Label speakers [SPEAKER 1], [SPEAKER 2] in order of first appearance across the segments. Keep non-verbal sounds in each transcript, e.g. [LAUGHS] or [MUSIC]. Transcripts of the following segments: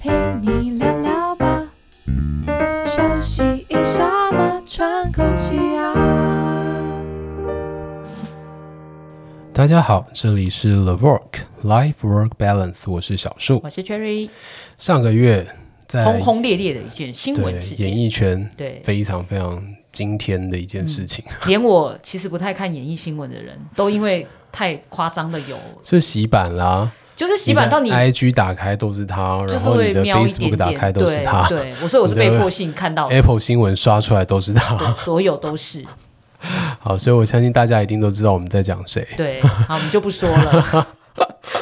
[SPEAKER 1] 陪你聊聊吧，休息一下嘛，喘口气啊。
[SPEAKER 2] 大家好，这里是 The Work Life Work Balance，我是小树。
[SPEAKER 3] 我是 Cherry，
[SPEAKER 2] 上个月在
[SPEAKER 3] 轰轰烈烈的一件新
[SPEAKER 2] 哎对
[SPEAKER 3] 闻事
[SPEAKER 2] 演
[SPEAKER 3] 件，
[SPEAKER 2] 艺圈
[SPEAKER 3] 对，
[SPEAKER 2] 非常非常惊天的一件事情，
[SPEAKER 3] 连我其实不太看演艺新闻的人都因为太夸张的有，
[SPEAKER 2] 就洗版啦，
[SPEAKER 3] 就是洗版到你
[SPEAKER 2] 的 IG 打开都是他，
[SPEAKER 3] 就
[SPEAKER 2] 然
[SPEAKER 3] 是
[SPEAKER 2] 后你
[SPEAKER 3] 会
[SPEAKER 2] 的
[SPEAKER 3] 瞄一点
[SPEAKER 2] Facebook
[SPEAKER 3] 点，
[SPEAKER 2] 打开都是他
[SPEAKER 3] 对，对我所以我是
[SPEAKER 2] 你的
[SPEAKER 3] 被迫性看到的，
[SPEAKER 2] ，Apple 新闻刷出来都是他。
[SPEAKER 3] 对，
[SPEAKER 2] [LAUGHS]
[SPEAKER 3] 所有都是
[SPEAKER 2] 好，所以我相信大家一定都知道我们在讲谁。
[SPEAKER 3] 对，好，我们就不说了。 [LAUGHS]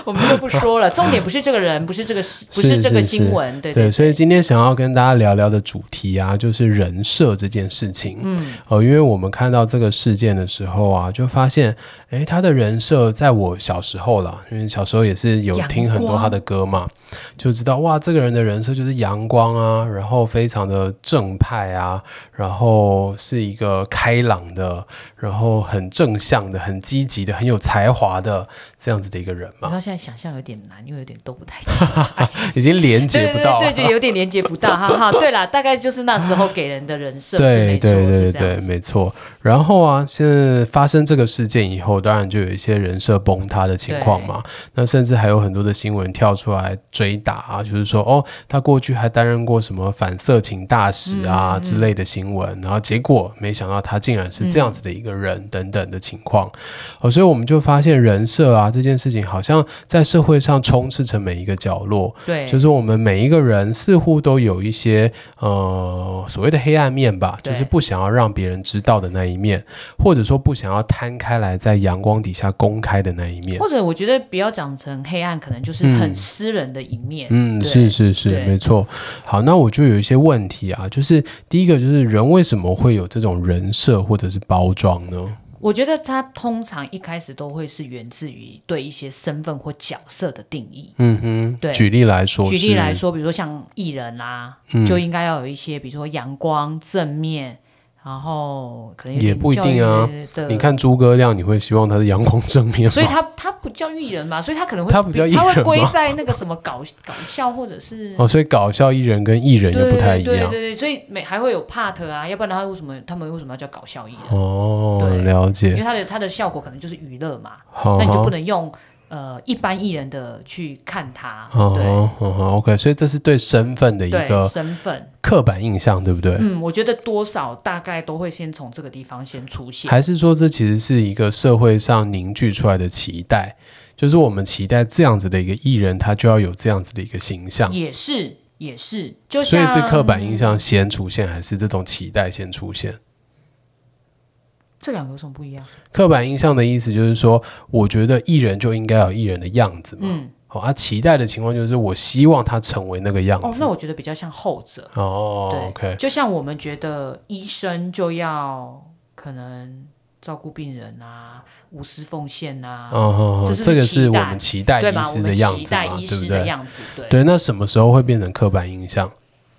[SPEAKER 3] 我们就不说了，重点不是这个人，不是这个事，不是这个
[SPEAKER 2] 是是
[SPEAKER 3] 新闻，对
[SPEAKER 2] 对，所以今天想要跟大家聊聊的主题啊，就是人设这件事情。
[SPEAKER 3] 嗯，
[SPEAKER 2] 哦，因为我们看到这个事件的时候啊，就发现，诶，他的人设在我小时候啦，因为小时候也是有听很多他的歌嘛，就知道哇，这个人的人设就是阳光啊，然后非常的正派啊，然后是一个开朗的，然后很正向的、很积极的、很有才华的这样子的一个人
[SPEAKER 3] 你知
[SPEAKER 2] 嘛，
[SPEAKER 3] 道现在想象有点难，因为有点都不太起
[SPEAKER 2] [LAUGHS]
[SPEAKER 3] 来，
[SPEAKER 2] 已经连接
[SPEAKER 3] 对
[SPEAKER 2] 不
[SPEAKER 3] 对
[SPEAKER 2] 到、啊
[SPEAKER 3] 对，就有点连接不到，哈哈。对啦，大概就是那时候给人的人设是
[SPEAKER 2] 对
[SPEAKER 3] 没错，
[SPEAKER 2] 对对
[SPEAKER 3] 是这
[SPEAKER 2] 对，
[SPEAKER 3] 样子。
[SPEAKER 2] 没错。然后啊，现在发生这个事件以后，当然就有一些人设崩塌的情况嘛。那甚至还有很多的新闻跳出来追打啊，就是说哦，他过去还担任过什么反色情大使
[SPEAKER 3] 嗯
[SPEAKER 2] 啊、之类的新闻，然后结果没想到他竟然是这样子的一个人、等等的情况。哦，所以我们就发现人设啊这件事情，好像在社会上充斥着每一个角落。
[SPEAKER 3] 对，
[SPEAKER 2] 就是我们每一个人似乎都有一些呃所谓的黑暗面吧，就
[SPEAKER 3] 对
[SPEAKER 2] 是不想要让别人知道的那一面，或者说不想要摊开来在阳光底下公开的那一面。
[SPEAKER 3] 或者我觉得不要讲成黑暗，可能就是很私人的一面。
[SPEAKER 2] 嗯，
[SPEAKER 3] 对
[SPEAKER 2] 是是是，
[SPEAKER 3] 对
[SPEAKER 2] 没错。好，那我就有一些问题啊，就是第一个就是人为什么会有这种人设或者是包装呢？
[SPEAKER 3] 我觉得它通常一开始都会是源自于对一些身份或角色的定义。
[SPEAKER 2] 嗯哼，
[SPEAKER 3] 对
[SPEAKER 2] 举例来说，
[SPEAKER 3] 举例来，说，比如说像艺人啦、
[SPEAKER 2] 嗯
[SPEAKER 3] 就应该要有一些，比如说阳光、正面，然后可能有
[SPEAKER 2] 也
[SPEAKER 3] 点
[SPEAKER 2] 不一
[SPEAKER 3] 教育
[SPEAKER 2] 定啊
[SPEAKER 3] 的
[SPEAKER 2] 你看诸葛亮，你会希望他是阳光正面吗？
[SPEAKER 3] 所以他他不叫艺人嘛，所以他可能会
[SPEAKER 2] 他不叫艺人
[SPEAKER 3] 他会归
[SPEAKER 2] 吗
[SPEAKER 3] 在那个什么搞搞笑或者是
[SPEAKER 2] 哦，所以搞笑艺人跟艺人又不太一
[SPEAKER 3] 对对
[SPEAKER 2] 样。
[SPEAKER 3] 对对，所以每还会有 part 啊，要不然他为什么他们为什么要叫搞笑艺人？
[SPEAKER 2] 哦，
[SPEAKER 3] 对
[SPEAKER 2] 了
[SPEAKER 3] 因为
[SPEAKER 2] 解。
[SPEAKER 3] 它的它的效果可能就是娱乐嘛，
[SPEAKER 2] 好，
[SPEAKER 3] 那你就
[SPEAKER 2] 好
[SPEAKER 3] 不能用呃一般艺人的去看他，
[SPEAKER 2] 哦哦哦，OK，所以这是对身份的一
[SPEAKER 3] 对对
[SPEAKER 2] 个
[SPEAKER 3] 身份，
[SPEAKER 2] 刻板印象，对不对？
[SPEAKER 3] 嗯，我觉得多少大概都会先从这个地方先出现，
[SPEAKER 2] 还是说这其实是一个社会上凝聚出来的期待，就是我们期待这样子的一个艺人，他就要有这样子的一个形象，
[SPEAKER 3] 也是也是，就
[SPEAKER 2] 所以
[SPEAKER 3] 像
[SPEAKER 2] 是刻板印象先出现，还是这种期待先出现？
[SPEAKER 3] 这两个有什么不一样？
[SPEAKER 2] 刻板印象的意思就是说，我觉得艺人就应该有艺人的样子嘛。
[SPEAKER 3] 嗯，
[SPEAKER 2] 好、啊，期待的情况就是我希望他成为那个样
[SPEAKER 3] 哦，
[SPEAKER 2] 子。
[SPEAKER 3] 那我觉得比较像后者，
[SPEAKER 2] 哦
[SPEAKER 3] 对
[SPEAKER 2] ，OK，
[SPEAKER 3] 就像我们觉得医生就要可能照顾病人啊，无私奉献啊，
[SPEAKER 2] 哦哦，哦
[SPEAKER 3] 这是不是
[SPEAKER 2] 这个
[SPEAKER 3] 期
[SPEAKER 2] 是我
[SPEAKER 3] 待
[SPEAKER 2] 们期待
[SPEAKER 3] 对
[SPEAKER 2] 医
[SPEAKER 3] 吧？我
[SPEAKER 2] 师
[SPEAKER 3] 们
[SPEAKER 2] 的样
[SPEAKER 3] 期
[SPEAKER 2] 子
[SPEAKER 3] 待
[SPEAKER 2] 嘛，
[SPEAKER 3] 医
[SPEAKER 2] 对不
[SPEAKER 3] 师
[SPEAKER 2] 对
[SPEAKER 3] 的？样子，对。
[SPEAKER 2] 对，那什么时候会变成刻板印象？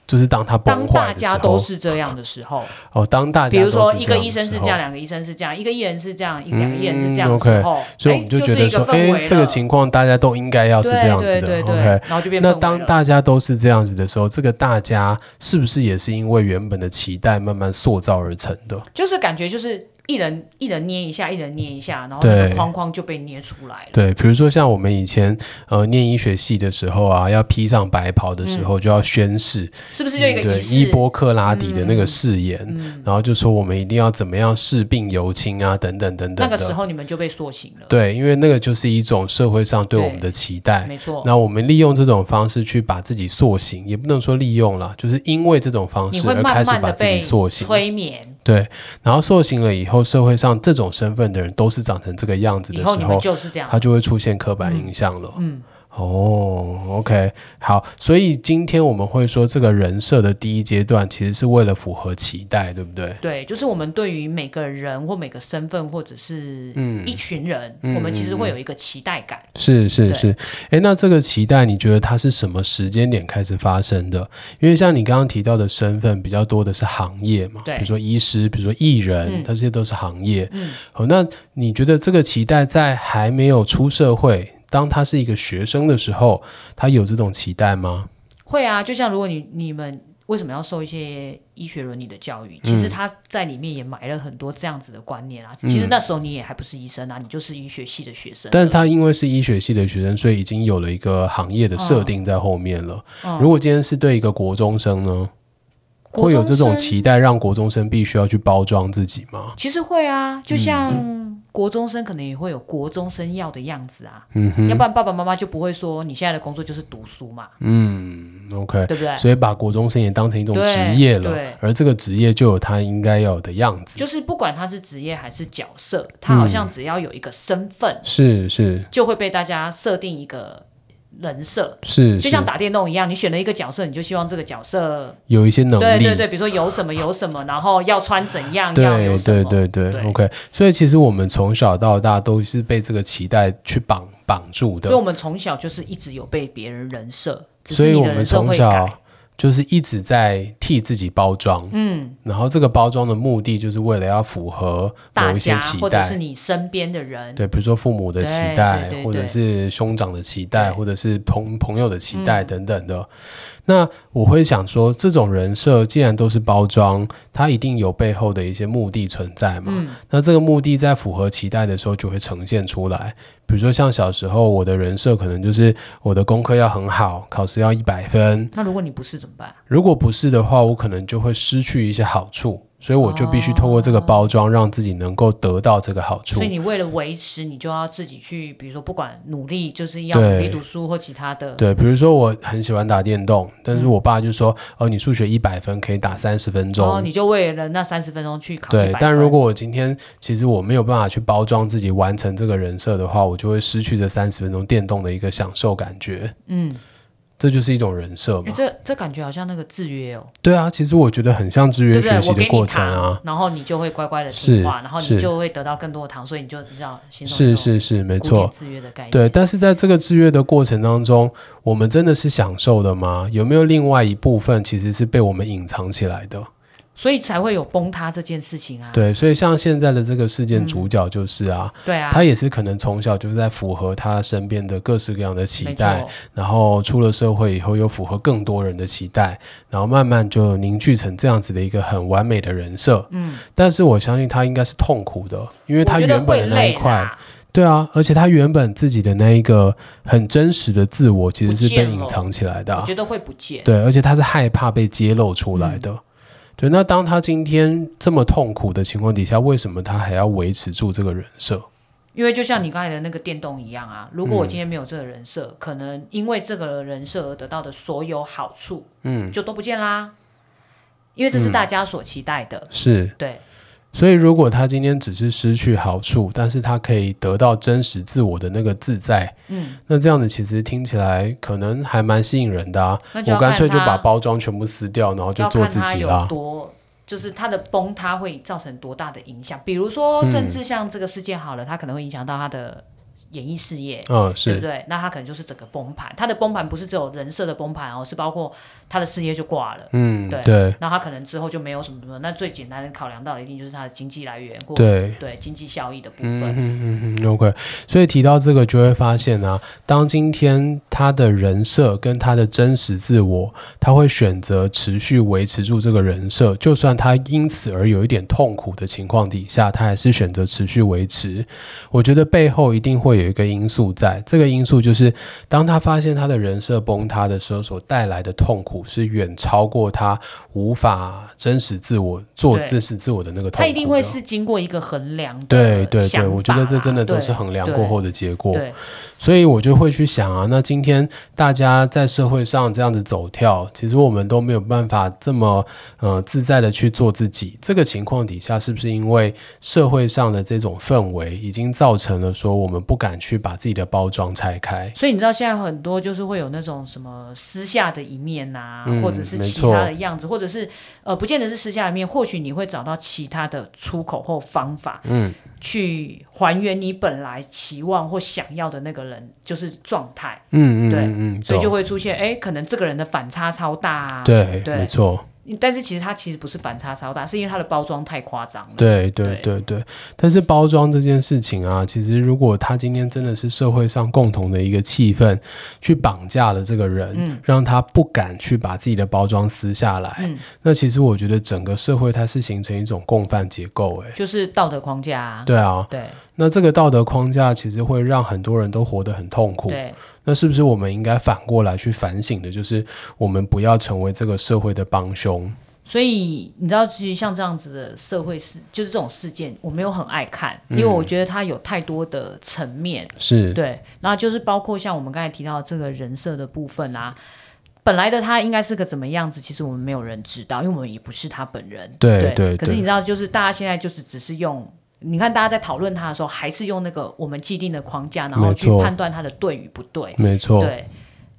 [SPEAKER 2] 就是当他崩
[SPEAKER 3] 当
[SPEAKER 2] 坏
[SPEAKER 3] 大
[SPEAKER 2] 的时
[SPEAKER 3] 家
[SPEAKER 2] 候，
[SPEAKER 3] 都是这样的时候，
[SPEAKER 2] 哦，当大家
[SPEAKER 3] 比如
[SPEAKER 2] 都
[SPEAKER 3] 说
[SPEAKER 2] 是
[SPEAKER 3] 一
[SPEAKER 2] 这
[SPEAKER 3] 个
[SPEAKER 2] 样
[SPEAKER 3] 医
[SPEAKER 2] 的
[SPEAKER 3] 生
[SPEAKER 2] 时
[SPEAKER 3] 是
[SPEAKER 2] 候
[SPEAKER 3] 这样，，两个医生是这样，一个艺人是这样，一
[SPEAKER 2] 嗯
[SPEAKER 3] 两个艺人是这样的时候，
[SPEAKER 2] 所以我
[SPEAKER 3] 哎
[SPEAKER 2] 们就
[SPEAKER 3] 就
[SPEAKER 2] 觉
[SPEAKER 3] 是
[SPEAKER 2] 得
[SPEAKER 3] 一个
[SPEAKER 2] 说，
[SPEAKER 3] 氛围
[SPEAKER 2] 这个
[SPEAKER 3] 了
[SPEAKER 2] 情况大家都应该要是这样子
[SPEAKER 3] 对对
[SPEAKER 2] 的
[SPEAKER 3] 对对
[SPEAKER 2] ，OK。
[SPEAKER 3] 然后就变
[SPEAKER 2] 那
[SPEAKER 3] 氛围
[SPEAKER 2] 当
[SPEAKER 3] 了
[SPEAKER 2] 大家都是这样子的时候，这个大家是不是也是因为原本的期待慢慢塑造而成的？
[SPEAKER 3] 就是感觉就是一人一人捏一下，一人捏一下，然后那
[SPEAKER 2] 对
[SPEAKER 3] 个框框就被捏出来了。
[SPEAKER 2] 对，比如说像我们以前呃念医学系的时候啊，要披上白袍的
[SPEAKER 3] 嗯
[SPEAKER 2] 时候就要宣誓，
[SPEAKER 3] 是不是就一个
[SPEAKER 2] 嗯对
[SPEAKER 3] 仪
[SPEAKER 2] 伊
[SPEAKER 3] 式？嗯
[SPEAKER 2] 波克拉底的那个誓言，然后就说我们一定要怎么样视病由亲啊，等等等等的。
[SPEAKER 3] 那个时候你们就被塑形了，
[SPEAKER 2] 对，因为那个就是一种社会上对我们的期待。
[SPEAKER 3] 没错。
[SPEAKER 2] 那我们利用这种方式去把自己塑形，也不能说利用了，就是因为这种方
[SPEAKER 3] 你
[SPEAKER 2] 式
[SPEAKER 3] 会
[SPEAKER 2] 而
[SPEAKER 3] 慢
[SPEAKER 2] 开始
[SPEAKER 3] 慢
[SPEAKER 2] 把
[SPEAKER 3] 的
[SPEAKER 2] 自己
[SPEAKER 3] 被
[SPEAKER 2] 塑形。
[SPEAKER 3] 催眠，
[SPEAKER 2] 对，然后塑形了以后，社会上这种身份的人都是长成这个样子的
[SPEAKER 3] 以
[SPEAKER 2] 时
[SPEAKER 3] 后你们
[SPEAKER 2] 候，
[SPEAKER 3] 就是这样
[SPEAKER 2] 他。就会出现刻板印象了。
[SPEAKER 3] 嗯，
[SPEAKER 2] 哦、o k 好，所以今天我们会说，这个人设的第一阶段其实是为了符合期待，对不对？
[SPEAKER 3] 对，就是我们对于每个人或每个身份或者是
[SPEAKER 2] 嗯
[SPEAKER 3] 一群人，
[SPEAKER 2] 嗯
[SPEAKER 3] 我们其实会有一个期待感。
[SPEAKER 2] 是是
[SPEAKER 3] 对
[SPEAKER 2] 是，诶，那这个期待你觉得它是什么时间点开始发生的？因为像你刚刚提到的身份比较多的是行业嘛，
[SPEAKER 3] 对
[SPEAKER 2] 比如说医师，比如说艺人，
[SPEAKER 3] 嗯
[SPEAKER 2] 它这些都是行业。
[SPEAKER 3] 嗯，
[SPEAKER 2] 好，那你觉得这个期待在还没有出社会当他是一个学生的时候，他有这种期待吗？
[SPEAKER 3] 会啊，就像如果你你们为什么要受一些医学伦理的教育？
[SPEAKER 2] 嗯
[SPEAKER 3] 其实他在里面也埋了很多这样子的观念啊。其实那时候你也还不是医生啊，你就是医学系的学生。
[SPEAKER 2] 但是他因为是医学系的学生，所以已经有了一个行业的设定在后面了。
[SPEAKER 3] 嗯
[SPEAKER 2] 如果今天是对一个国中生呢，
[SPEAKER 3] 国
[SPEAKER 2] 会有这
[SPEAKER 3] 中
[SPEAKER 2] 种
[SPEAKER 3] 生
[SPEAKER 2] 期待，让国中生必须要去包装自己吗？
[SPEAKER 3] 其实会啊，就
[SPEAKER 2] 嗯
[SPEAKER 3] 像国中生可能也会有国中生要的样子啊，
[SPEAKER 2] 嗯
[SPEAKER 3] 要不然爸爸妈妈就不会说你现在的工作就是读书嘛，
[SPEAKER 2] 嗯，OK。
[SPEAKER 3] 对不对？
[SPEAKER 2] 所以把国中生也当成一种
[SPEAKER 3] 对
[SPEAKER 2] 职业
[SPEAKER 3] 对
[SPEAKER 2] 了，而这个职业就有他应该要有的样子。
[SPEAKER 3] 就是不管他是职业还是角色，
[SPEAKER 2] 嗯
[SPEAKER 3] 他好像只要有一个身份，
[SPEAKER 2] 是是
[SPEAKER 3] 就会被大家设定一个人设。
[SPEAKER 2] 是，
[SPEAKER 3] 就像
[SPEAKER 2] 是
[SPEAKER 3] 打电动一样，你选了一个角色，你就希望这个角色，
[SPEAKER 2] 有一些能
[SPEAKER 3] 对
[SPEAKER 2] 力，
[SPEAKER 3] 对对，比如说有什么有什么，然后要穿怎样，要有
[SPEAKER 2] 对
[SPEAKER 3] 什么，
[SPEAKER 2] 对对对
[SPEAKER 3] 对
[SPEAKER 2] o k 所以其实我们从小到大都是被这个期待去绑绑住的
[SPEAKER 3] 所以，我们从小就是一直有被别人人设，只
[SPEAKER 2] 所
[SPEAKER 3] 是
[SPEAKER 2] 以
[SPEAKER 3] 你
[SPEAKER 2] 我
[SPEAKER 3] 的
[SPEAKER 2] 们
[SPEAKER 3] 人设
[SPEAKER 2] 从
[SPEAKER 3] 会改
[SPEAKER 2] 小。就是一直在替自己包装，嗯，然后这个包装的目的就是为了要符合
[SPEAKER 3] 大
[SPEAKER 2] 某一
[SPEAKER 3] 家
[SPEAKER 2] 些期
[SPEAKER 3] 或者是
[SPEAKER 2] 待。
[SPEAKER 3] 你身边的人，
[SPEAKER 2] 对，比如说父母的期
[SPEAKER 3] 嗯对
[SPEAKER 2] 待
[SPEAKER 3] 对对，
[SPEAKER 2] 或者
[SPEAKER 3] 对
[SPEAKER 2] 是兄长的期待，
[SPEAKER 3] 对嗯
[SPEAKER 2] 或者是朋朋友的期待等等的。那我会想说，这种人设既然都是包装，它一定有背后的一些目的存在嘛。
[SPEAKER 3] 嗯
[SPEAKER 2] 那这个目的在符合期待的时候就会呈现出来。比如说像小时候我的人设可能就是我的功课要很好，考试要一百分。
[SPEAKER 3] 那如果你不是怎么办？
[SPEAKER 2] 如果不是的话，我可能就会失去一些好处，所以我就必须透过
[SPEAKER 3] 哦
[SPEAKER 2] 这个包装，让自己能够得到这个好处
[SPEAKER 3] 所以。你为了维持，你就要自己去，比如说不管努力，就是要
[SPEAKER 2] 对
[SPEAKER 3] 努力读书或其他的。
[SPEAKER 2] 对，比如说我很喜欢打电动，但
[SPEAKER 3] 嗯
[SPEAKER 2] 是我爸就说：“哦，你数学一百分可以打三十分钟。
[SPEAKER 3] 然哦后你就为了那三十分钟去考100
[SPEAKER 2] 对
[SPEAKER 3] 分。，
[SPEAKER 2] 但如果我今天其实我没有办法去包装自己完成这个人设的话，我就会失去这三十分钟电动的一个享受感觉。
[SPEAKER 3] 嗯，
[SPEAKER 2] 这就是一种人设
[SPEAKER 3] 诶
[SPEAKER 2] 嘛。
[SPEAKER 3] 这这感觉好像那个制约哦，
[SPEAKER 2] 对啊，其实我觉得很像制
[SPEAKER 3] 对
[SPEAKER 2] 约
[SPEAKER 3] 不对
[SPEAKER 2] 学？习
[SPEAKER 3] 我
[SPEAKER 2] 的
[SPEAKER 3] 给你
[SPEAKER 2] 过程啊
[SPEAKER 3] 糖，。然后你就会乖乖的
[SPEAKER 2] 是
[SPEAKER 3] 听话，然后
[SPEAKER 2] 是
[SPEAKER 3] 你就会得到更多的糖，所以你就你知道形成
[SPEAKER 2] 是是是，没
[SPEAKER 3] 没
[SPEAKER 2] 错。
[SPEAKER 3] 制约的概念。
[SPEAKER 2] 对，但是在这个制约的过程当中，我们真的是享受的吗？有没有另外一部分其实是被我们隐藏起来的？
[SPEAKER 3] 所以才会有崩塌这件事情啊。
[SPEAKER 2] 对，所以像现在的这个事
[SPEAKER 3] 嗯
[SPEAKER 2] 件主角就是啊，
[SPEAKER 3] 对啊，
[SPEAKER 2] 他也是可能从小就是在符合他身边的各式各样的期
[SPEAKER 3] 没
[SPEAKER 2] 待
[SPEAKER 3] 错，，
[SPEAKER 2] 然后出了社会以后又符合更多人的期待，然后慢慢就凝聚成这样子的一个很完美的人设。
[SPEAKER 3] 嗯，
[SPEAKER 2] 但是我相信他应该是痛苦的，因
[SPEAKER 3] 因
[SPEAKER 2] 为他原本的那一块。对啊，而且他原本自己的那一个很真实的自我，其实是被隐藏起来的啊、
[SPEAKER 3] 我觉得会不见。
[SPEAKER 2] 对，而且他是害怕被揭露出来
[SPEAKER 3] 嗯
[SPEAKER 2] 的。对，那当他今天这么痛苦的情况底下，为什么他还要维持住这个人设？
[SPEAKER 3] 因为就像你刚才的那个电动一样啊，如果我今天没有这个人设，可能因为这个人设而得到的所有好处，嗯，就都不见啦，因为这
[SPEAKER 2] 嗯
[SPEAKER 3] 是大家所期待的，
[SPEAKER 2] 是，
[SPEAKER 3] 对，
[SPEAKER 2] 所以如果他今天只是失去好处，但是他可以得到真实自我的那个自在，
[SPEAKER 3] 嗯，
[SPEAKER 2] 那这样子其实听起来可能还蛮吸引人的啊。
[SPEAKER 3] 那就要
[SPEAKER 2] 我干脆就
[SPEAKER 3] 看他
[SPEAKER 2] 把包装全部撕掉，然后就
[SPEAKER 3] 要
[SPEAKER 2] 做
[SPEAKER 3] 看
[SPEAKER 2] 自
[SPEAKER 3] 它
[SPEAKER 2] 己
[SPEAKER 3] 有
[SPEAKER 2] 啦。
[SPEAKER 3] 多，就是它的崩塌会造成多大的影响，比如说，
[SPEAKER 2] 嗯
[SPEAKER 3] 甚至像这个事件好了，它可能会影响到他的演艺事业。
[SPEAKER 2] 嗯，
[SPEAKER 3] 对不
[SPEAKER 2] 是，
[SPEAKER 3] 对？那他可能就是整个崩盘，他的崩盘不是只有人设的崩盘哦，是包括他的事业就挂了。
[SPEAKER 2] 嗯，
[SPEAKER 3] 对
[SPEAKER 2] 对
[SPEAKER 3] 那他可能之后就没有什么什么，那最简单的考量到一定就是他的经济来源或
[SPEAKER 2] 对。
[SPEAKER 3] 对经济效益的部分。
[SPEAKER 2] 嗯嗯，OK。所以提到这个，就会发现啊，当今天他的人设跟他的真实自我，他会选择持续维持住这个人设，就算他因此而有一点痛苦的情况底下，他还是选择持续维持。我觉得背后一定会有一个因素在，这个因素就是，当他发现他的人设崩塌的时候，所带来的痛苦是远超过他无法真实自我做
[SPEAKER 3] 对
[SPEAKER 2] 真实自我的那个痛苦的。
[SPEAKER 3] 他一定会是经过一个衡量的
[SPEAKER 2] 对对
[SPEAKER 3] 想
[SPEAKER 2] 对，
[SPEAKER 3] 法
[SPEAKER 2] 我觉得这
[SPEAKER 3] 啦
[SPEAKER 2] 真的都
[SPEAKER 3] 对
[SPEAKER 2] 是衡量
[SPEAKER 3] 对
[SPEAKER 2] 过后的结果，
[SPEAKER 3] 对
[SPEAKER 2] 所以我就会去想啊，那今天大家在社会上这样子走跳，其实我们都没有办法这么呃自在的去做自己。这个情况底下，是不是因为社会上的这种氛围已经造成了说我们不敢去把自己的包装拆开？
[SPEAKER 3] 所以你知道现在很多就是会有那种什么私下的一面呐、
[SPEAKER 2] 嗯
[SPEAKER 3] 或者是其
[SPEAKER 2] 没错
[SPEAKER 3] 他的样子，或者是呃，不见得是私下的一面，或许你会找到其他的出口或方法，
[SPEAKER 2] 嗯，
[SPEAKER 3] 去还原你本来期望或想要的那个人就是状态，
[SPEAKER 2] 嗯嗯
[SPEAKER 3] 对
[SPEAKER 2] 嗯嗯，
[SPEAKER 3] 所以就
[SPEAKER 2] 懂
[SPEAKER 3] 会出现哎，可能这个人的反差超大啊，
[SPEAKER 2] 对，
[SPEAKER 3] 对
[SPEAKER 2] 没错，
[SPEAKER 3] 但是其实它其实不是反差超大，是因为它的包装太夸张了。
[SPEAKER 2] 对对对对，但是包装这件事情啊，其实如果他今天真的是社会上共同的一个气氛，去绑架了这个人，让他不敢去把自己的包装撕下来，
[SPEAKER 3] 嗯
[SPEAKER 2] 那其实我觉得整个社会它是形成一种共犯结构、欸，
[SPEAKER 3] 就是道德框架啊。
[SPEAKER 2] 对啊，
[SPEAKER 3] 对
[SPEAKER 2] 那这个道德框架其实会让很多人都活得很痛苦。
[SPEAKER 3] 对
[SPEAKER 2] 那是不是我们应该反过来去反省的，就是我们不要成为这个社会的帮凶？
[SPEAKER 3] 所以你知道，其实像这样子的社会事，就是这种事件，我没有很爱看，
[SPEAKER 2] 嗯
[SPEAKER 3] 因为我觉得它有太多的层面。
[SPEAKER 2] 是，
[SPEAKER 3] 对，然后就是包括像我们刚才提到这个人设的部分啊，本来的他应该是个怎么样子，其实我们没有人知道，因为我们也不是他本人。
[SPEAKER 2] 对对
[SPEAKER 3] 可是
[SPEAKER 2] 对
[SPEAKER 3] 你知道，就是大家现在就是只是用。你看，大家在讨论他的时候，还是用那个我们既定的框架，然后
[SPEAKER 2] 没
[SPEAKER 3] 去
[SPEAKER 2] 错
[SPEAKER 3] 判断他的对与不对。
[SPEAKER 2] 没错，
[SPEAKER 3] 对，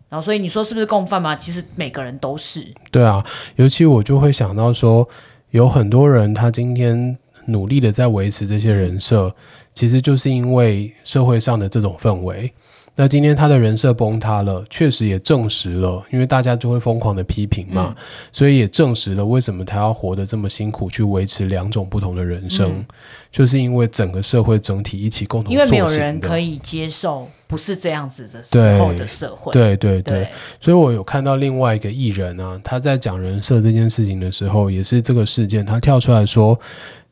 [SPEAKER 3] 然后所以你说是不是共犯嘛？其实每个人都是。
[SPEAKER 2] 对啊，尤其我就会想到说，有很多人他今天努力的在维持这些人设，其实就是因为社会上的这种氛围。那今天他的人设崩塌了，确实也证实了，因为大家就会疯狂的批评嘛，
[SPEAKER 3] 嗯
[SPEAKER 2] 所以也证实了为什么他要活得这么辛苦，去维持两种不同的人生，就是因为整个社会整体一起共同
[SPEAKER 3] 嗯因为没有
[SPEAKER 2] 塑形
[SPEAKER 3] 人
[SPEAKER 2] 的
[SPEAKER 3] 可以接受不是这样子的
[SPEAKER 2] 对
[SPEAKER 3] 时候的社会。
[SPEAKER 2] 对对对，
[SPEAKER 3] 对
[SPEAKER 2] 所以我有看到另外一个艺人啊，他在讲人设这件事情的时候，也是这个事件，他跳出来说。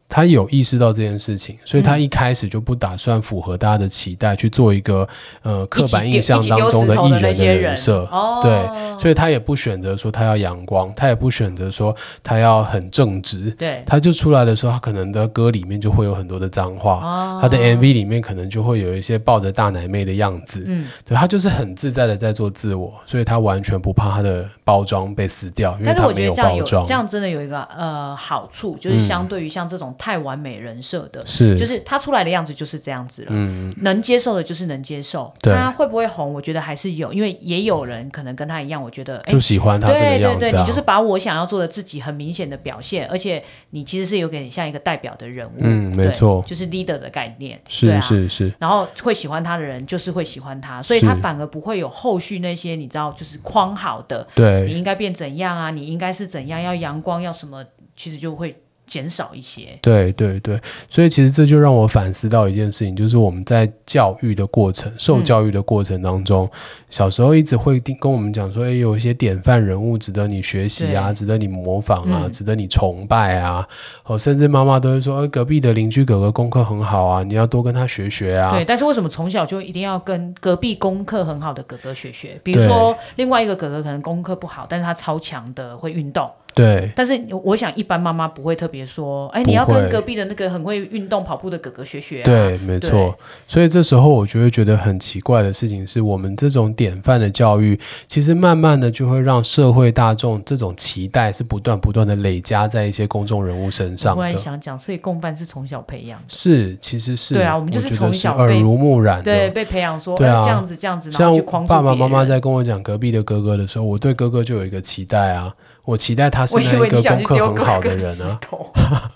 [SPEAKER 2] 他有意识到这件事情，所以他一开始就不打算符合大家的期待，去做一个呃刻板印象当中
[SPEAKER 3] 一起丢一起丢石头
[SPEAKER 2] 艺
[SPEAKER 3] 的那
[SPEAKER 2] 人
[SPEAKER 3] 些
[SPEAKER 2] 的
[SPEAKER 3] 人
[SPEAKER 2] 人设，
[SPEAKER 3] 哦
[SPEAKER 2] 对，所以他也不选择说他要阳光，他也不选择说他要很正直，
[SPEAKER 3] 对
[SPEAKER 2] 他就出来的时候，他可能的歌里面就会有很多的脏话，
[SPEAKER 3] 哦
[SPEAKER 2] 他的 MV 里面可能就会有一些抱着大奶妹的样子，
[SPEAKER 3] 嗯
[SPEAKER 2] 对他就是很自在的在做自我，所以他完全不怕他的包装被撕掉，因为
[SPEAKER 3] 但是
[SPEAKER 2] 他
[SPEAKER 3] 我
[SPEAKER 2] 没
[SPEAKER 3] 觉得这样
[SPEAKER 2] 包
[SPEAKER 3] 有
[SPEAKER 2] 装嗯
[SPEAKER 3] 这。样真的有一个呃好处，就是相对于像这种太完美人设的，
[SPEAKER 2] 是，
[SPEAKER 3] 就是他出来的样子就是这样子了，
[SPEAKER 2] 嗯，
[SPEAKER 3] 能接受的就是能接受。
[SPEAKER 2] 对
[SPEAKER 3] 他会不会红，我觉得还是有，因为也有人可能跟他一样，我觉得哎。
[SPEAKER 2] 就喜欢他这个
[SPEAKER 3] 对对
[SPEAKER 2] 样子
[SPEAKER 3] 对，
[SPEAKER 2] 啊
[SPEAKER 3] 你，就是把我想要做的自己很明显的表现，而且你其实是有点像一个代表的人物，
[SPEAKER 2] 嗯
[SPEAKER 3] 对
[SPEAKER 2] 没错
[SPEAKER 3] 就是 leader 的概念，
[SPEAKER 2] 是、
[SPEAKER 3] 对啊，
[SPEAKER 2] 是是，
[SPEAKER 3] 然后会喜欢他的人就是会喜欢他，所以他
[SPEAKER 2] 是
[SPEAKER 3] 反而不会有后续那些你知道就是框好的，你
[SPEAKER 2] 对
[SPEAKER 3] 应该变怎样啊，你应该是怎样，要阳光，要什么，其实就会减少一些。
[SPEAKER 2] 对对对，所以其实这就让我反思到一件事情，就是我们在教育的过程、受
[SPEAKER 3] 嗯
[SPEAKER 2] 教育的过程当中，小时候一直会跟我们讲说，哎，有一些典范人物值得你学习啊，
[SPEAKER 3] 对
[SPEAKER 2] 值得你模仿啊，
[SPEAKER 3] 嗯
[SPEAKER 2] 值得你崇拜啊，哦，甚至妈妈都会说，呃隔壁的邻居哥哥功课很好啊，你要多跟他学学啊，
[SPEAKER 3] 对，但是为什么从小就一定要跟隔壁功课很好的哥哥学学？比如说另外一个哥哥可能功课不好，但是他超强的会运动，
[SPEAKER 2] 对
[SPEAKER 3] 但是我想一般妈妈不会特别说，哎，
[SPEAKER 2] 不会
[SPEAKER 3] 你要跟隔壁的那个很会运动跑步的哥哥学学、啊。
[SPEAKER 2] 对，没
[SPEAKER 3] 对
[SPEAKER 2] 错。所以这时候我就会觉得很奇怪的事情是，我们这种典范的教育，其实慢慢的就会让社会大众这种期待是不断不断的累加在一些公众人物身
[SPEAKER 3] 我
[SPEAKER 2] 上
[SPEAKER 3] 突然
[SPEAKER 2] 的。
[SPEAKER 3] 想讲，所以共犯是从小培养的。
[SPEAKER 2] 是，其实是
[SPEAKER 3] 对啊我们就是
[SPEAKER 2] 觉得
[SPEAKER 3] 从小
[SPEAKER 2] 耳
[SPEAKER 3] 被
[SPEAKER 2] 濡目染
[SPEAKER 3] 对，
[SPEAKER 2] 的。
[SPEAKER 3] 被培养说，
[SPEAKER 2] 对啊
[SPEAKER 3] 哎这样子这样子，然后
[SPEAKER 2] 像
[SPEAKER 3] 去框住
[SPEAKER 2] 爸爸妈妈
[SPEAKER 3] 别人。
[SPEAKER 2] 在跟我讲隔壁的哥哥的时候，我对哥哥就有一个期待啊，我期待他是
[SPEAKER 3] [LAUGHS] 我
[SPEAKER 2] 那
[SPEAKER 3] 以为
[SPEAKER 2] 一
[SPEAKER 3] 你
[SPEAKER 2] 个
[SPEAKER 3] 想
[SPEAKER 2] 功
[SPEAKER 3] 去
[SPEAKER 2] 课
[SPEAKER 3] 丢
[SPEAKER 2] 很
[SPEAKER 3] 哥
[SPEAKER 2] 好
[SPEAKER 3] 哥
[SPEAKER 2] 的
[SPEAKER 3] 石
[SPEAKER 2] 人啊。
[SPEAKER 3] 头， [LAUGHS]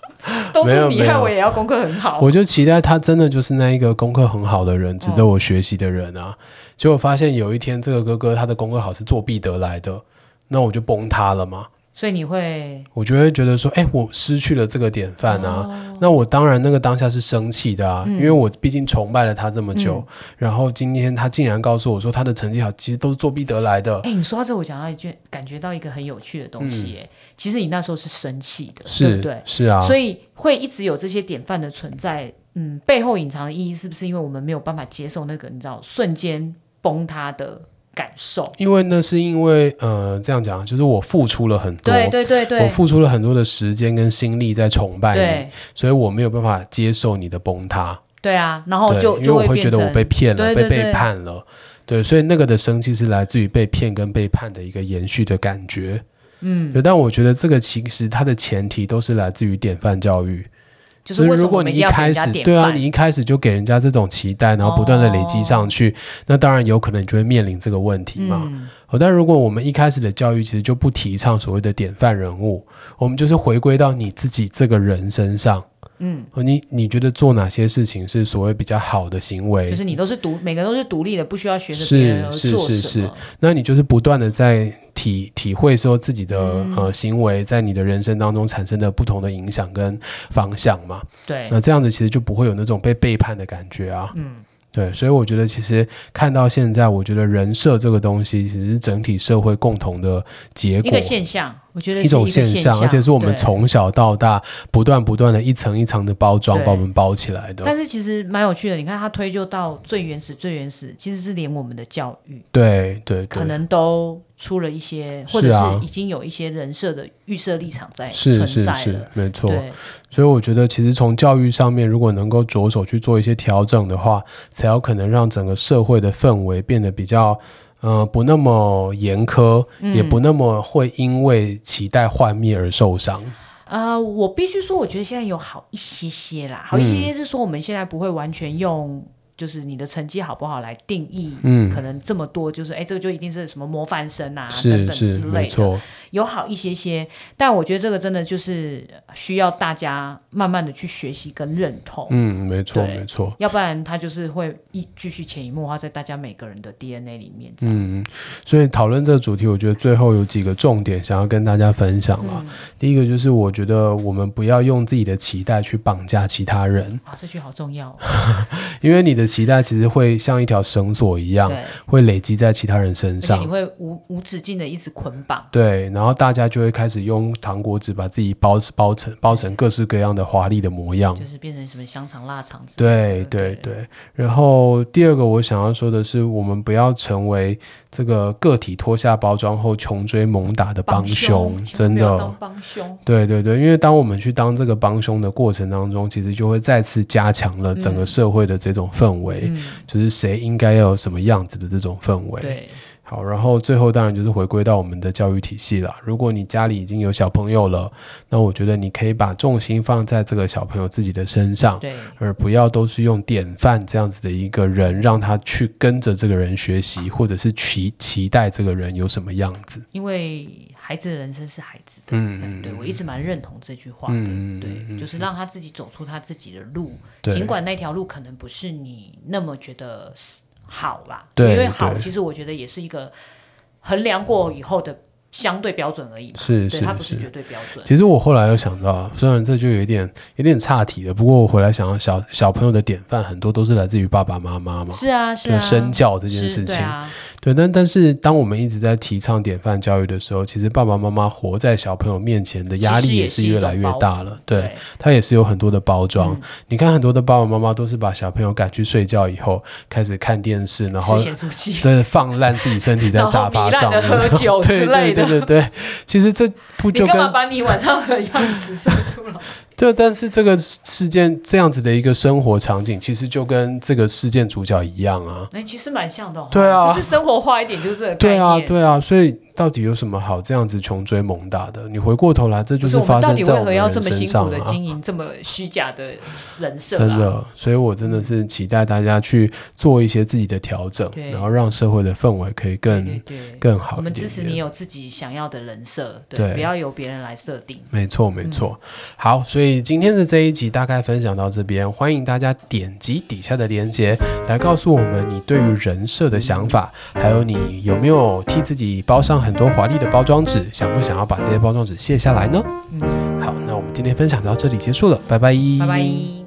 [SPEAKER 3] 都
[SPEAKER 2] 没有
[SPEAKER 3] 是你
[SPEAKER 2] 没
[SPEAKER 3] 害
[SPEAKER 2] 有
[SPEAKER 3] 我也要功课很好。
[SPEAKER 2] 我就期待他真的就是那一个功课很好的人，值得
[SPEAKER 3] 嗯
[SPEAKER 2] 我学习的人啊。结果发现有一天，这个哥哥他的功课好是作弊得来的，那我就崩塌了嘛。
[SPEAKER 3] 所以你会
[SPEAKER 2] 我就会觉得说，哎、我失去了这个典范啊。
[SPEAKER 3] 哦
[SPEAKER 2] 那我当然那个当下是生气的
[SPEAKER 3] 嗯
[SPEAKER 2] 啊，因为我毕竟崇拜了他这么久，然后今天他竟然告诉我说他的成绩好，其实都是作弊得来的。
[SPEAKER 3] 哎、你说到这，我想到一件，感觉到一个很有趣的东西、哎、其实你那时候是生气的，
[SPEAKER 2] 嗯
[SPEAKER 3] 对
[SPEAKER 2] 是
[SPEAKER 3] 不对？
[SPEAKER 2] 是啊，
[SPEAKER 3] 所以会一直有这些典范的存在，嗯，背后隐藏的意义是不是因为我们没有办法接受那个你知道瞬间崩塌的感受？
[SPEAKER 2] 因为那是因为呃，这样讲啊就是我付出了很多，
[SPEAKER 3] 对对对对，
[SPEAKER 2] 我付出了很多的时间跟心力在崇拜你，
[SPEAKER 3] 对
[SPEAKER 2] 所以我没有办法接受你的崩塌，
[SPEAKER 3] 对啊，然后
[SPEAKER 2] 对，
[SPEAKER 3] 就
[SPEAKER 2] 因为
[SPEAKER 3] 就
[SPEAKER 2] 我会
[SPEAKER 3] 变
[SPEAKER 2] 觉
[SPEAKER 3] 成
[SPEAKER 2] 得我被骗了，
[SPEAKER 3] 对对
[SPEAKER 2] 被背
[SPEAKER 3] 对
[SPEAKER 2] 叛了，对，所以那个的生气是来自于被骗跟背叛的一个延续的感觉，嗯，对，但我觉得这个其实它的前提都是来自于典范教育，
[SPEAKER 3] 就是为什
[SPEAKER 2] 如
[SPEAKER 3] 么
[SPEAKER 2] 果
[SPEAKER 3] 我们
[SPEAKER 2] 你
[SPEAKER 3] 一
[SPEAKER 2] 一
[SPEAKER 3] 定要给
[SPEAKER 2] 开
[SPEAKER 3] 人家
[SPEAKER 2] 始
[SPEAKER 3] 典
[SPEAKER 2] 对啊，
[SPEAKER 3] 范
[SPEAKER 2] 你一开始就给人家这种期待，然后不断的累
[SPEAKER 3] 哦
[SPEAKER 2] 积上去，那当然有可能你就会面临这个问题嘛。
[SPEAKER 3] 嗯
[SPEAKER 2] 哦，但如果我们一开始的教育其实就不提倡所谓的典范人物，我们就是回归到你自己这个人身上。嗯，你你觉得做哪些事情是所谓比较好的行为？
[SPEAKER 3] 就是你都是独，每个都是独立的，不需要学着别
[SPEAKER 2] 是
[SPEAKER 3] 人而
[SPEAKER 2] 是
[SPEAKER 3] 做
[SPEAKER 2] 是
[SPEAKER 3] 什么。
[SPEAKER 2] 是那你就是不断的在体体会说自己的、
[SPEAKER 3] 嗯
[SPEAKER 2] 呃行为在你的人生当中产生的不同的影响跟方向嘛。
[SPEAKER 3] 对，
[SPEAKER 2] 那这样子其实就不会有那种被背叛的感觉啊。
[SPEAKER 3] 哎嗯，
[SPEAKER 2] 对，所以我觉得其实看到现在，我觉得人设这个东西其实是整体社会共同的结
[SPEAKER 3] 一
[SPEAKER 2] 果。
[SPEAKER 3] 个现象，我觉得是
[SPEAKER 2] 种
[SPEAKER 3] 个现
[SPEAKER 2] 象，而且是我们
[SPEAKER 3] 对
[SPEAKER 2] 从小到大不断不断的一层一层的包装，
[SPEAKER 3] 对
[SPEAKER 2] 把我们包起来的。
[SPEAKER 3] 但是其实蛮有趣的，你看他推究到最原始、最原始，其实是连我们的教育
[SPEAKER 2] 对对
[SPEAKER 3] 可
[SPEAKER 2] 对，
[SPEAKER 3] 能都出了一些，
[SPEAKER 2] 是
[SPEAKER 3] 或者
[SPEAKER 2] 啊
[SPEAKER 3] 是已经有一些人设的预设立场在
[SPEAKER 2] 是
[SPEAKER 3] 存
[SPEAKER 2] 是
[SPEAKER 3] 在
[SPEAKER 2] 是
[SPEAKER 3] 了。，
[SPEAKER 2] 没错。
[SPEAKER 3] 对，
[SPEAKER 2] 所以我觉得，其实从教育上面，如果能够着手去做一些调整的话，才有可能让整个社会的氛围变得比较，呃，不那么严苛，
[SPEAKER 3] 嗯
[SPEAKER 2] 也不那么会因为期待幻灭而受伤。
[SPEAKER 3] 呃，我必须说，我觉得现在有好一些些啦，好一
[SPEAKER 2] 嗯
[SPEAKER 3] 些些是说我们现在不会完全用。就是你的成绩好不好来定义，
[SPEAKER 2] 嗯
[SPEAKER 3] 可能这么多，就是哎，这个就一定是什么模范生啊等
[SPEAKER 2] 是
[SPEAKER 3] 等
[SPEAKER 2] 是
[SPEAKER 3] 之，
[SPEAKER 2] 没
[SPEAKER 3] 类的。
[SPEAKER 2] 错，
[SPEAKER 3] 有好一些些，但我觉得这个真的就是需要大家慢慢的去学习跟认同，
[SPEAKER 2] 嗯，没错，
[SPEAKER 3] 对
[SPEAKER 2] 没错。
[SPEAKER 3] 要不然它就是会一继续潜移默化在大家每个人的 DNA 里面。这样
[SPEAKER 2] 嗯，所以讨论这个主题，我觉得最后有几个重点想要跟大家分享啦。
[SPEAKER 3] 嗯
[SPEAKER 2] 第一个就是，我觉得我们不要用自己的期待去绑架其他人，
[SPEAKER 3] 啊，这句好重要哦、
[SPEAKER 2] 因为你的期待其实会像一条绳索一样，
[SPEAKER 3] 对，
[SPEAKER 2] 会累积在其他人身
[SPEAKER 3] 而且你
[SPEAKER 2] 上。
[SPEAKER 3] 会无无止境的一直捆绑。
[SPEAKER 2] 对，然后大家就会开始用糖果纸把自己包包成包成各式各样的华丽的模样
[SPEAKER 3] 就。是变成什么香肠、腊肠之
[SPEAKER 2] 对
[SPEAKER 3] 类
[SPEAKER 2] 对
[SPEAKER 3] 对
[SPEAKER 2] 对，然后第二个我想要说的是，我们不要成为这个个体脱下包装后穷追猛打的帮凶，
[SPEAKER 3] 千万
[SPEAKER 2] 真
[SPEAKER 3] 不要
[SPEAKER 2] 的
[SPEAKER 3] 当。帮凶，
[SPEAKER 2] 对对对，因为当我们去当这个帮凶的过程当中，其实就会再次加强了整个社会的这种氛围，
[SPEAKER 3] 嗯，
[SPEAKER 2] 就是谁应该要有什么样子的这种氛围。
[SPEAKER 3] 对，
[SPEAKER 2] 好，然后最后当然就是回归到我们的教育体系啦。如果你家里已经有小朋友了，那我觉得你可以把重心放在这个小朋友自己的身上，
[SPEAKER 3] 对，
[SPEAKER 2] 而不要都是用典范这样子的一个人，让他去跟着这个人学习，
[SPEAKER 3] 啊
[SPEAKER 2] 或者是期期待这个人有什么样子。
[SPEAKER 3] 因为孩子的人生是孩子的，
[SPEAKER 2] 嗯嗯
[SPEAKER 3] 对我一直蛮认同这句话的，
[SPEAKER 2] 嗯嗯嗯嗯
[SPEAKER 3] 对，就是让他自己走出他自己的路，
[SPEAKER 2] 对
[SPEAKER 3] 尽管那条路可能不是你那么觉得是好啦，
[SPEAKER 2] 对
[SPEAKER 3] 因为好
[SPEAKER 2] 对
[SPEAKER 3] 其实我觉得也是一个衡量过以后的相对标准而已嘛，
[SPEAKER 2] 是
[SPEAKER 3] 对，
[SPEAKER 2] 是
[SPEAKER 3] 它不是
[SPEAKER 2] 是
[SPEAKER 3] 绝对标准，
[SPEAKER 2] 其实我后来又想到，虽然这就有一点有点岔题了，不过我回来想到小小朋友的典范很多都是来自于爸爸妈妈嘛，
[SPEAKER 3] 是啊是啊，
[SPEAKER 2] 就身教这件
[SPEAKER 3] 是
[SPEAKER 2] 事
[SPEAKER 3] 对
[SPEAKER 2] 情。
[SPEAKER 3] 啊，
[SPEAKER 2] 对，但但是当我们一直在提倡典范教育的时候，其实爸爸妈妈活在小朋友面前的压
[SPEAKER 3] 其
[SPEAKER 2] 力
[SPEAKER 3] 实
[SPEAKER 2] 也
[SPEAKER 3] 也
[SPEAKER 2] 是
[SPEAKER 3] 是一
[SPEAKER 2] 越
[SPEAKER 3] 种
[SPEAKER 2] 来越
[SPEAKER 3] 包袱
[SPEAKER 2] 大了。对，
[SPEAKER 3] 对
[SPEAKER 2] 他也是有很多的包装。
[SPEAKER 3] 嗯
[SPEAKER 2] 你看，很多的爸爸妈妈都是把小朋友赶去睡觉以后，开始看电视，然后
[SPEAKER 3] 吃咸酥鸡，
[SPEAKER 2] [LAUGHS] 对放烂自己身体在
[SPEAKER 3] [LAUGHS] 然后
[SPEAKER 2] 沙发
[SPEAKER 3] 糜烂
[SPEAKER 2] 上
[SPEAKER 3] 地
[SPEAKER 2] 面，
[SPEAKER 3] 喝酒
[SPEAKER 2] 对
[SPEAKER 3] 之
[SPEAKER 2] 对
[SPEAKER 3] 类
[SPEAKER 2] 对
[SPEAKER 3] 的
[SPEAKER 2] 对对。其实这不
[SPEAKER 3] 你
[SPEAKER 2] 就
[SPEAKER 3] 干
[SPEAKER 2] 跟
[SPEAKER 3] 嘛把你晚上的样子说出来？
[SPEAKER 2] 对，但是这个事件这样子的一个生活场景，其实就跟这个事件主角一样啊。
[SPEAKER 3] 哎、其实蛮像的、哦，
[SPEAKER 2] 对啊
[SPEAKER 3] 就是生活化一点，就是这个概
[SPEAKER 2] 对
[SPEAKER 3] 念。
[SPEAKER 2] 啊，对啊，所以到底有什么好这样子穷追猛打的？你回过头来，这就
[SPEAKER 3] 不是我
[SPEAKER 2] 发
[SPEAKER 3] 们到
[SPEAKER 2] 生
[SPEAKER 3] 底
[SPEAKER 2] 在
[SPEAKER 3] 为
[SPEAKER 2] 我
[SPEAKER 3] 何
[SPEAKER 2] 们
[SPEAKER 3] 要
[SPEAKER 2] 人
[SPEAKER 3] 这么
[SPEAKER 2] 身
[SPEAKER 3] 辛苦
[SPEAKER 2] 上
[SPEAKER 3] 的
[SPEAKER 2] 啊！
[SPEAKER 3] 经营这么虚假的人设、啊？
[SPEAKER 2] 真，的，所以我真的是期待大家去做一些自己的调整，
[SPEAKER 3] 对
[SPEAKER 2] 然后让社会的氛围可以
[SPEAKER 3] 对
[SPEAKER 2] 更
[SPEAKER 3] 对对，
[SPEAKER 2] 更好
[SPEAKER 3] 我
[SPEAKER 2] 一
[SPEAKER 3] 们
[SPEAKER 2] 点
[SPEAKER 3] 支持
[SPEAKER 2] 点
[SPEAKER 3] 你有自己想要的人设，对，
[SPEAKER 2] 对
[SPEAKER 3] 不要由别人来设定。
[SPEAKER 2] 没错，没错。好，所以今天的这一集大概分享到这边，欢迎大家点击底下的链接来告诉我们你对于人设的想法，还有你有没有替自己包上很多华丽的包装纸，想不想要把这些包装纸卸下来呢？
[SPEAKER 3] 嗯，
[SPEAKER 2] 好，那我们今天分享到这里结束了，拜拜，
[SPEAKER 3] 拜拜。